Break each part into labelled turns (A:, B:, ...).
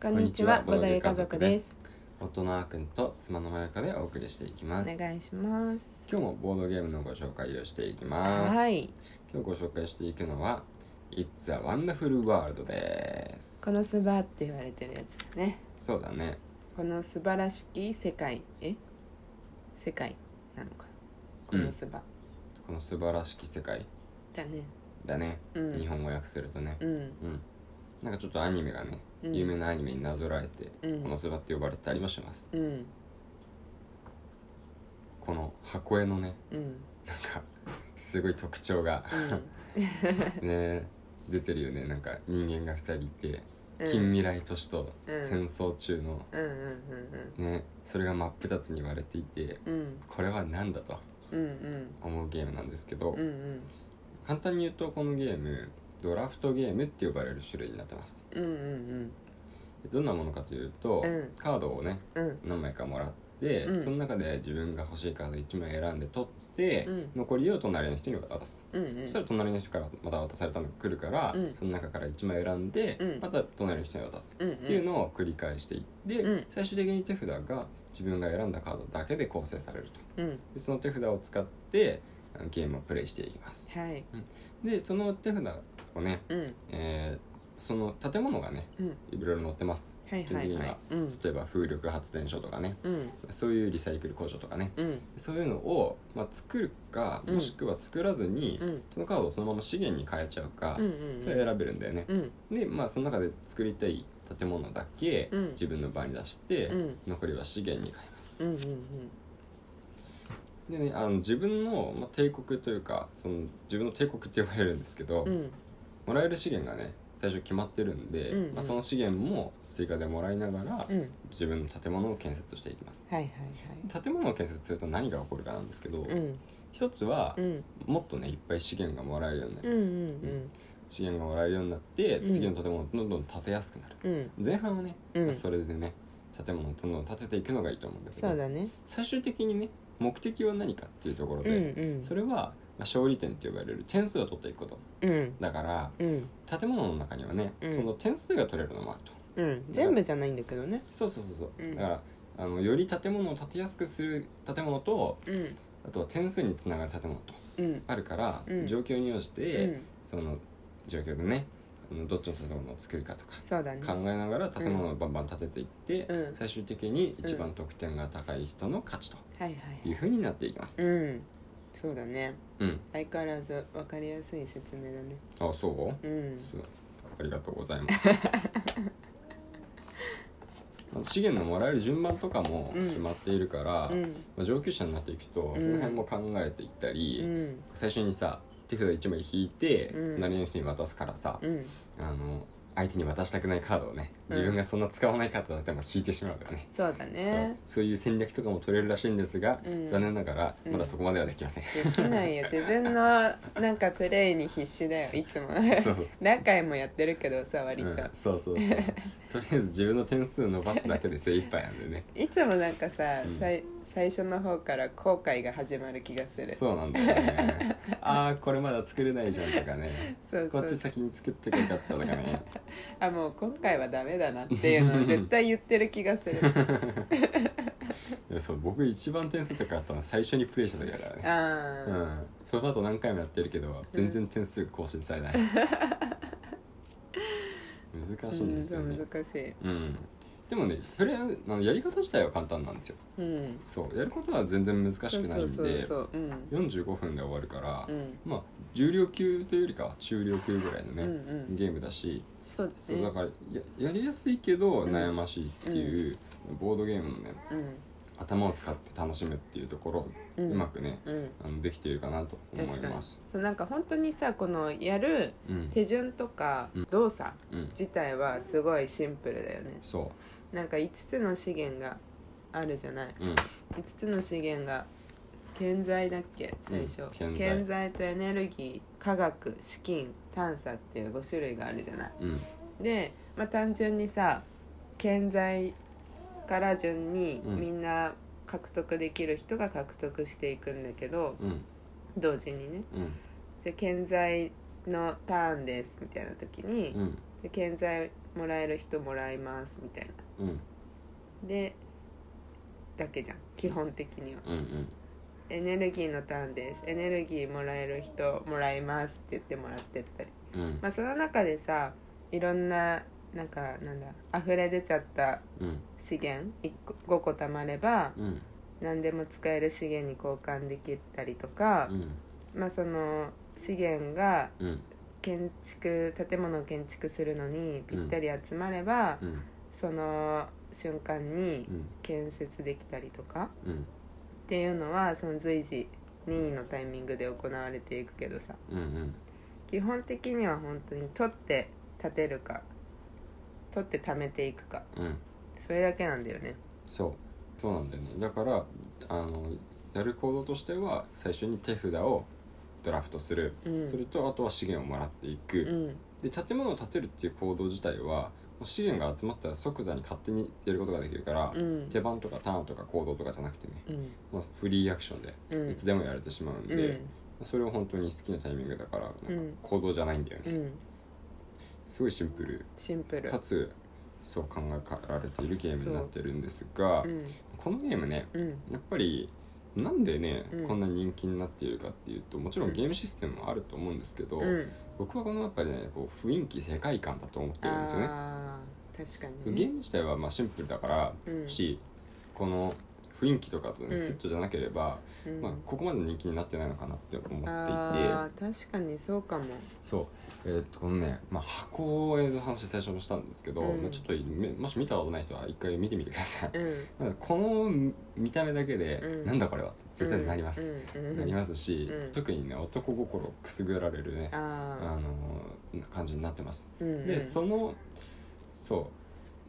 A: こんにちは、ボードゲ家族です。
B: 夫のあーくんと妻のまゆかでお送りしていき
A: お
B: ます
A: 願いします。
B: 今日もボードゲームのご紹介をしていきます、
A: はい、
B: 今日ご紹介していくのは It's a Wonderful World です
A: このスバって言われてるやつですね。
B: そうだね
A: この素晴らしき世界、え。世界なのか。このスバ、
B: この素晴らしき世界
A: だね。
B: だね、
A: うん
B: 日本語訳するとね
A: うん、
B: うん、なんかちょっとアニメがね、
A: うん
B: 有名なアニメになぞらえて、
A: うん
B: このすばって呼ばれてたりもします
A: うん、
B: この箱絵のね
A: うん、
B: なんかすごい特徴が、ね出てるよねなんか人間が2人いて
A: うん
B: 近未来都市と
A: うん
B: 戦争中の、
A: うん、うん、うん、
B: ねそれが真っ二つに割れていて
A: うん、うん、
B: これは何だと
A: うん、うん、
B: 思うゲームなんですけど、
A: うん、うん、
B: 簡単に言うとこのゲームドラフトゲームって呼ばれる種類になってます
A: うん、うん、
B: どんなものかというと、
A: うん
B: カードをね
A: うん、うん、
B: 何枚かもらって、
A: うん
B: その中で自分が欲しいカード1枚選んで取って、
A: うん
B: 残りを隣の人に渡す、
A: うん、
B: そしたら隣の人からまた渡されたのが来るから、
A: うん
B: その中から1枚選んで、
A: うん
B: また隣の人に渡す
A: うん、
B: っていうのを繰り返していって、
A: うん
B: 最終的に手札が自分が選んだカードだけで構成されると
A: うん、
B: でその手札を使ってあのゲームをプレイしていきます
A: はい、
B: でその手札をね、
A: うん、
B: えーその建物がね
A: うん、
B: いろいろ載ってます
A: はい、はい、はい、うん、
B: 例えば風力発電所とかね
A: うん、
B: そういうリサイクル工場とかね
A: うん、
B: そういうのを、まあ、作るか
A: うん
B: もしくは作らずに、
A: うん、
B: そのカードをそのまま資源に変えちゃうか、
A: うん、うん、
B: それを選べるんだよね、
A: うん、
B: でまあその中で作りたい建物だけ
A: うん
B: 自分の場に出して、
A: うん
B: 残りは資源に変えます
A: うん、うん、
B: でねあの自分の、まあ、帝国というかその自分の帝国って呼ばれるんですけど、
A: うん、
B: もらえる資源がね最初決まってるんで、
A: うんうん
B: まあ、その資源も追加でもらいながら、
A: うん。
B: 自分の建物を建設していきます
A: はいはい
B: 建物を建設すると何が起こるかなんですけど、
A: はい。うん
B: 一つは、
A: うん
B: もっとねいっぱい資源がもらえるようになり
A: うん
B: ま
A: う
B: す、
A: ん
B: 資源がもらえるようになって
A: うん
B: 次の建物をどんどん建てやすくなる、
A: うんうん
B: 前半はね、
A: うん
B: まあそれでね建物をどんどん建てていくのがいいと思うんだけど
A: そうだね。
B: 最終的にね目的は何かっていうとこ
A: う
B: ろ
A: ん
B: で、
A: うん
B: それは、まあ、勝利点と呼ばれる点数を取っていくこと
A: うん
B: だから
A: うん
B: 建物の中にはね、
A: うん
B: その点数が取れるのもあると
A: うん全部じゃないんだけどね。
B: そうそうそうそう、
A: うん
B: だからあのより建物を建てやすくする建物と
A: うん
B: あとは点数につながる建物と
A: うん
B: あるから、
A: うん
B: 状況に応じ
A: う
B: て、
A: ん
B: その状況でねあのどっちの建物を作るかとか
A: そうだね。
B: 考えながら建物をバンバン建てていって、
A: うん
B: 最終的に一番得点が高い人の勝ちと
A: はいはい
B: いうふうになっていきます。
A: うんそうだね。
B: うん、
A: 相変わらずわかりやすい説明だね。
B: あそう
A: うん
B: そうありがとうございます まあ資源のもらえる順番とかも
A: うん
B: 決まっているから、
A: う
B: ま
A: ん
B: あ、上級者になっていくと
A: うん
B: その辺も考えていったり、
A: うん
B: 最初にさ手札1枚引いて
A: うん
B: 隣の人に渡すからさ、
A: うん
B: あの相手に渡したくないカードをね
A: うん
B: 自分がそんな使わないカードだっても引いてしまうからね、
A: そうだね。
B: そうそういう戦略とかも取れるらしいんですが、
A: うん
B: 残念ながら
A: うん
B: まだそこまではできません、
A: できないよ自分のなんかプレイに必死だよいつも
B: そう
A: 何回もやってるけどさ割
B: うん
A: と、
B: そ うそうそうとりあえず自分の点数伸ばすだけで精一杯なんでね
A: いつもなんかさ、
B: うん
A: さい最初の方から後悔が始まる気がする
B: そうなんだよ ねああこれまだ作れないじゃんとかね
A: そう
B: こっ
A: そ
B: ち
A: う
B: 先に作ってくれよかったと かね
A: あもう今回はダメだなっていうのを絶対言ってる気が する
B: いやそう僕一番点数とかあったの最初にプレイした時だからね
A: あ
B: う
A: ー
B: んその後何回もやってるけど全然点数更新 されない、難しいん
A: う
B: で
A: ん
B: す
A: そう
B: よね
A: 難しい
B: うん、でもねプレイあのやり方自体は簡単なんですよ
A: うん
B: そうやることは全然難しくない
A: そ
B: ん
A: うそうそう
B: で
A: そううん
B: 45分で終わるから、
A: うん
B: まあ重量級というよりかは中量級ぐらいの
A: う
B: ね、
A: んうん
B: ゲームだし
A: そうです
B: そう
A: ね
B: だからややりやすいけど
A: うん
B: 悩ましいっていう、ボードゲームのね
A: うん
B: 頭を使って楽しむっていうところ、
A: う
B: うんまくね
A: うん
B: あのできているかなと思い
A: 確かに
B: ます。
A: そうなんか本当にさこのやる
B: うん
A: 手順とか動作
B: うん、
A: 自体はすごいシンプルだよね
B: そ、
A: なんか5つの資源があるじゃないう
B: うん、
A: 5つの資源が建材だっけ最初、
B: うん建材
A: 建材とエネルギー科学資金探査っていう5種類があるじゃない
B: うん、
A: で、まあ、単純にさ建材から順に
B: うん
A: みんな獲得できる人が獲得していくんだけど
B: うん、
A: 同時にね
B: うん、
A: じゃあ建材のターンですみたいな時に、
B: うん、
A: で建材もらえる人もらいますみたいな
B: うん
A: でだけじゃん基本的には
B: うんうん
A: エネルギーのターンですエネルギーもらえる人もらいますって言ってもらってったり
B: うん
A: まあその中でさいろんななんかなんだ溢れ出ちゃった
B: うん
A: 資源1個5個貯まれば
B: うん
A: 何でも使える資源に交換できたりとか
B: う、ん
A: まあその資源が
B: うん
A: 建築建物を建築するのにぴったり集まれば、
B: うん
A: その瞬間に
B: うん
A: 建設できたりとか
B: うん
A: っていうのはその随時任意のタイミングで行われていくけどさ
B: うんうん
A: 基本的には本当に取って建てるか取って貯めていくか
B: うん
A: それだけなんだよね
B: そうそうなんだよねだからあのやる行動としては最初に手札をドラフトする、
A: うん
B: それとあとは資源をもらっていく、
A: うん
B: で建物を建てるっていう行動自体はもう資源が集まったら即座に勝手にやることができるから、
A: うん
B: 手番とかターンとか行動とかじゃなくてね、
A: うん
B: まあ、フリーアクションで
A: うん
B: いつでもやれてしまうんで、
A: うん
B: それを本当に好きなタイミングだから
A: う
B: なん
A: ん
B: か行動じゃないんだよね、
A: うん
B: すごいシンプル
A: シンプル
B: かつそう考えられているゲームになってるんですが、
A: うん
B: このゲームね
A: うん
B: やっぱりなんでね、
A: うん
B: こんなに人気になっているかっていうともちろんゲームシステムもあると思うんですけど、
A: うん
B: 僕はこのやっぱりねこう雰囲気世界観だと思ってるんですよね
A: あー確かに
B: ゲー
A: ね
B: ム自体はまあシンプルだから、
A: うん
B: しこの雰囲気とかと、
A: う
B: ね
A: ん
B: セットじゃなければ、
A: うん
B: まあ、ここまで人気になってないのかなって思っていて
A: あー確かにそうかも
B: そうえーっとこのね、まあ、箱絵の話最初もしたんですけど、
A: うん
B: まあちょっとめもし見たことない人は一回見てみてください、
A: うん
B: まあこの見た目だけで、
A: うん
B: なんだこれはって絶対になります、
A: うんうん
B: なりますし、
A: うん
B: 特にね男心をくすぐられるね、
A: あ
B: あのー感じになってます、
A: ーうん
B: でそのそ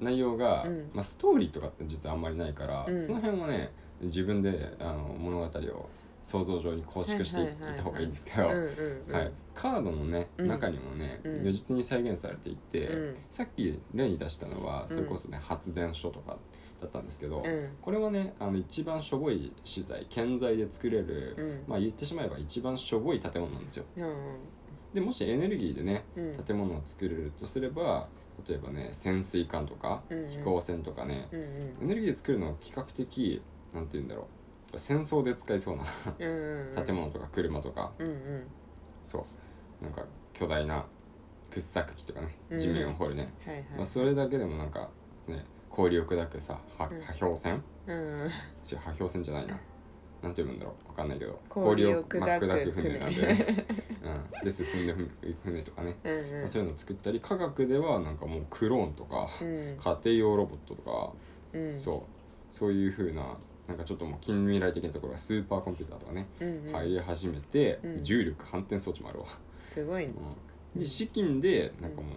B: う内容が、
A: うん
B: まあ、ストーリーとかって実はあんまりないから、
A: うん
B: その辺はね自分であの物語を想像上に構築していった方がいいんですけど、
A: うんうんうん
B: はい、カードのね、
A: うん
B: 中にもね、
A: うん
B: 如実に再現されていて、
A: うん
B: さっき例に出したのはそれこそね、発電所とかだったんですけど、
A: うん
B: これはねあの一番しょぼい資材建材で作れる、
A: うん
B: まあ言ってしまえば一番しょぼい建物なんですよ
A: うん
B: でもしエネルギーでね
A: うん
B: 建物を作れるとすれば例えばね潜水艦とか
A: うんうん
B: 飛行船とかね、
A: うん
B: エネルギーで作るのは比較的なんて言うんだろう戦争で使いそう
A: うんうんう
B: なん建物とか車とか
A: うんうん
B: そうなんか巨大な掘削機とかね
A: うん
B: 地面を掘るね、
A: はいはい
B: まあ、それだけでもなんかね氷を砕くさは
A: うん
B: 破氷船
A: うん
B: 違う破氷船じゃないななんて読むんだろうわかんないけど
A: 氷を
B: まあ
A: 砕く
B: 船なんで、ねうん、で進んでいく船とかね、
A: うん
B: ま
A: う
B: あ、
A: ん
B: そういうのを作ったり科学ではなんかもうクローンとか
A: うん
B: 家庭用ロボットとか、
A: うん
B: そうそういう風ななんかちょっともう近未来的なところはスーパーコンピューターとかね、
A: うんうん
B: 入り始めて、
A: うん
B: 重力反転装置もあるわ、
A: すごいね
B: で資金でなんかも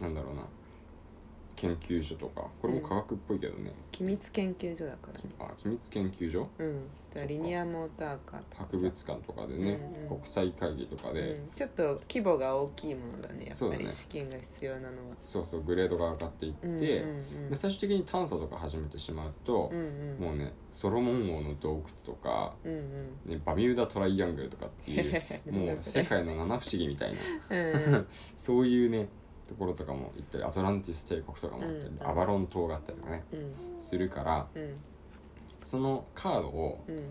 B: う、なんだろうな研究所とかこれも科学っぽいけどね、
A: 機密研究所だからね
B: あ機密研究所
A: うんあとはリニアモーターカーとかさ
B: 博物館とかでね、
A: うんうん
B: 国際会議とかで、
A: うんちょっと規模が大きいものだねやっ
B: そう
A: ぱ
B: だね
A: り資金が必要なのは
B: そうそうグレードが上がっていって、
A: うんうんうん
B: で最終的に探査とか始めてしまうと
A: う、んうん
B: もうねソロモン王の洞窟とか、
A: うんうん
B: ね、バミューダトライアングルとかって いうもう世界の七不思議みたいな
A: うん
B: そういうねところとかも行ったりアトランティス帝国とかもあったり、
A: うん
B: アバロン島があったりとかね
A: うん
B: するから
A: うん
B: そのカードを
A: うん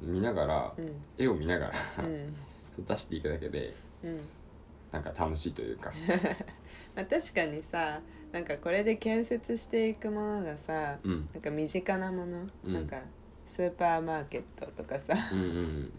B: 見ながら、
A: うん
B: 絵を見ながら
A: うん
B: 出していくだけで
A: うん
B: なんか楽しいとい うか
A: まあ、確かにさなんかこれで建設していくものがさ
B: うん
A: なんか身近なもの、
B: うん
A: なんかスーパーマーケットとかさ
B: うんうん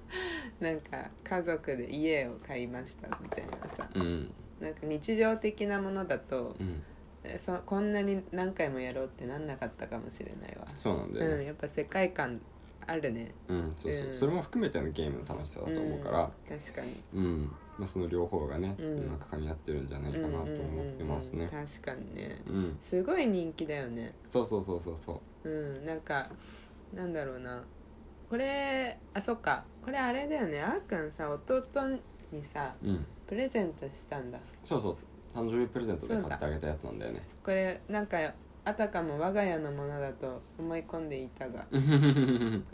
A: なんか家族で家を買いましたみたいなさ
B: うんうん
A: なんか日常的なものだと
B: うん
A: えそこんなに何回もやろうってなんなかったかもしれないわ、
B: そうなんだよ
A: うん、
B: ね
A: やっぱ世界観あるね
B: うん、そうそう、
A: うん
B: それも含めてのゲームの楽しさだと思うから
A: ん確かに
B: うん、まあ、その両方がね、う
A: うん
B: まく噛み合ってるんじゃないかなと思ってます
A: うんうんうんうん
B: ね
A: 確かにね
B: うん、
A: すごい人気だよね
B: そうそうそうそうそう
A: うんなんかなんだろうなこれあそっかこれあれだよねあーくんさ弟にさ
B: うん
A: プレゼントしたんだ
B: そうそう誕生日プレゼントで買ってあげたやつなんだよ ね
A: これなんかあたかも我が家のものだと思い込んでいたがこ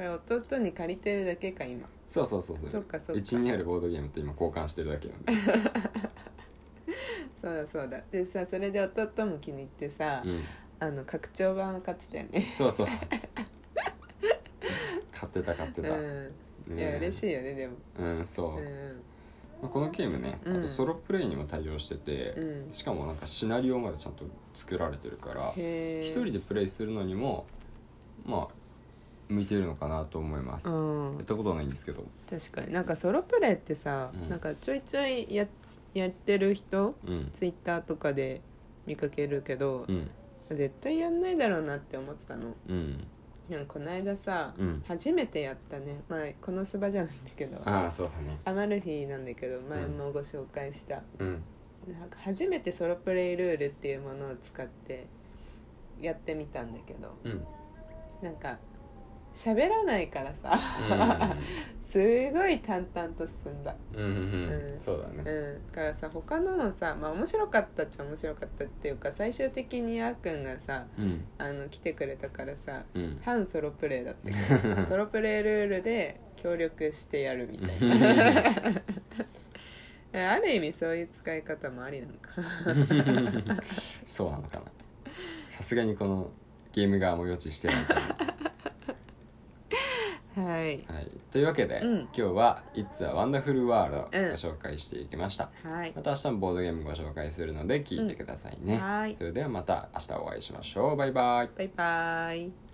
A: れ弟に借りてるだけか今
B: そうそうそうそう
A: そっかそっか
B: うちにあるボードゲームと今交換してるだけなんで
A: そうだそうだでさそれで弟も気に入ってさ、
B: うん、
A: あの拡張版を買ってたよね
B: そうそう買ってた買ってた、
A: うんいや嬉
B: い
A: しいよねでも
B: うんそ
A: うん
B: う、まあ、このゲームね、
A: うん
B: あとソロプレイにも対応してて、
A: うん
B: しかもなんかシナリオまでちゃんと作られてるから
A: へえ
B: 一人でプレイするのにもまあ向いてるのかなと思います、
A: う
B: や
A: ん
B: ったことはないんですけど
A: 確かになんかソロプレイってさ、
B: うん
A: なんかちょいちょいややってる人
B: うん
A: ツイッターとかで見かけるけど
B: う、ん
A: 絶対やんないだろうなって思ってたの
B: うん
A: なんかこの間さ、
B: うん
A: 初めてやったねまあこのスバじゃないんだけど
B: ああそうだね
A: アマルフィなんだけど前もご紹介した、
B: うん
A: なんか初めてソロプレイルールっていうものを使ってやってみたんだけど
B: うんうん
A: なんか喋らないからさ すごい淡々と進んだ
B: うんうんう
A: うんん
B: そうだ
A: うん
B: ね
A: だからさ他のもさまあ面白かったっちゃ面白かったっていうか最終的にあーくんがさ
B: うん
A: あの来てくれたからさ
B: うん
A: 反ソロプレイだったけど ソロプレイルールで協力してやるみたいな えある意味そういう使い方もありなのか
B: そうなのかなさすがにこのゲーム側も予知してないか
A: はい
B: ら、はい、というわけで、
A: うん
B: 今日は「It's a Wonderful World」をご
A: うん
B: 紹介していきました、
A: はい
B: また明日もボードゲームご紹介するので聞いてくださいね、
A: はい
B: それではまた明日お会いしましょうバイバイ
A: バイバイ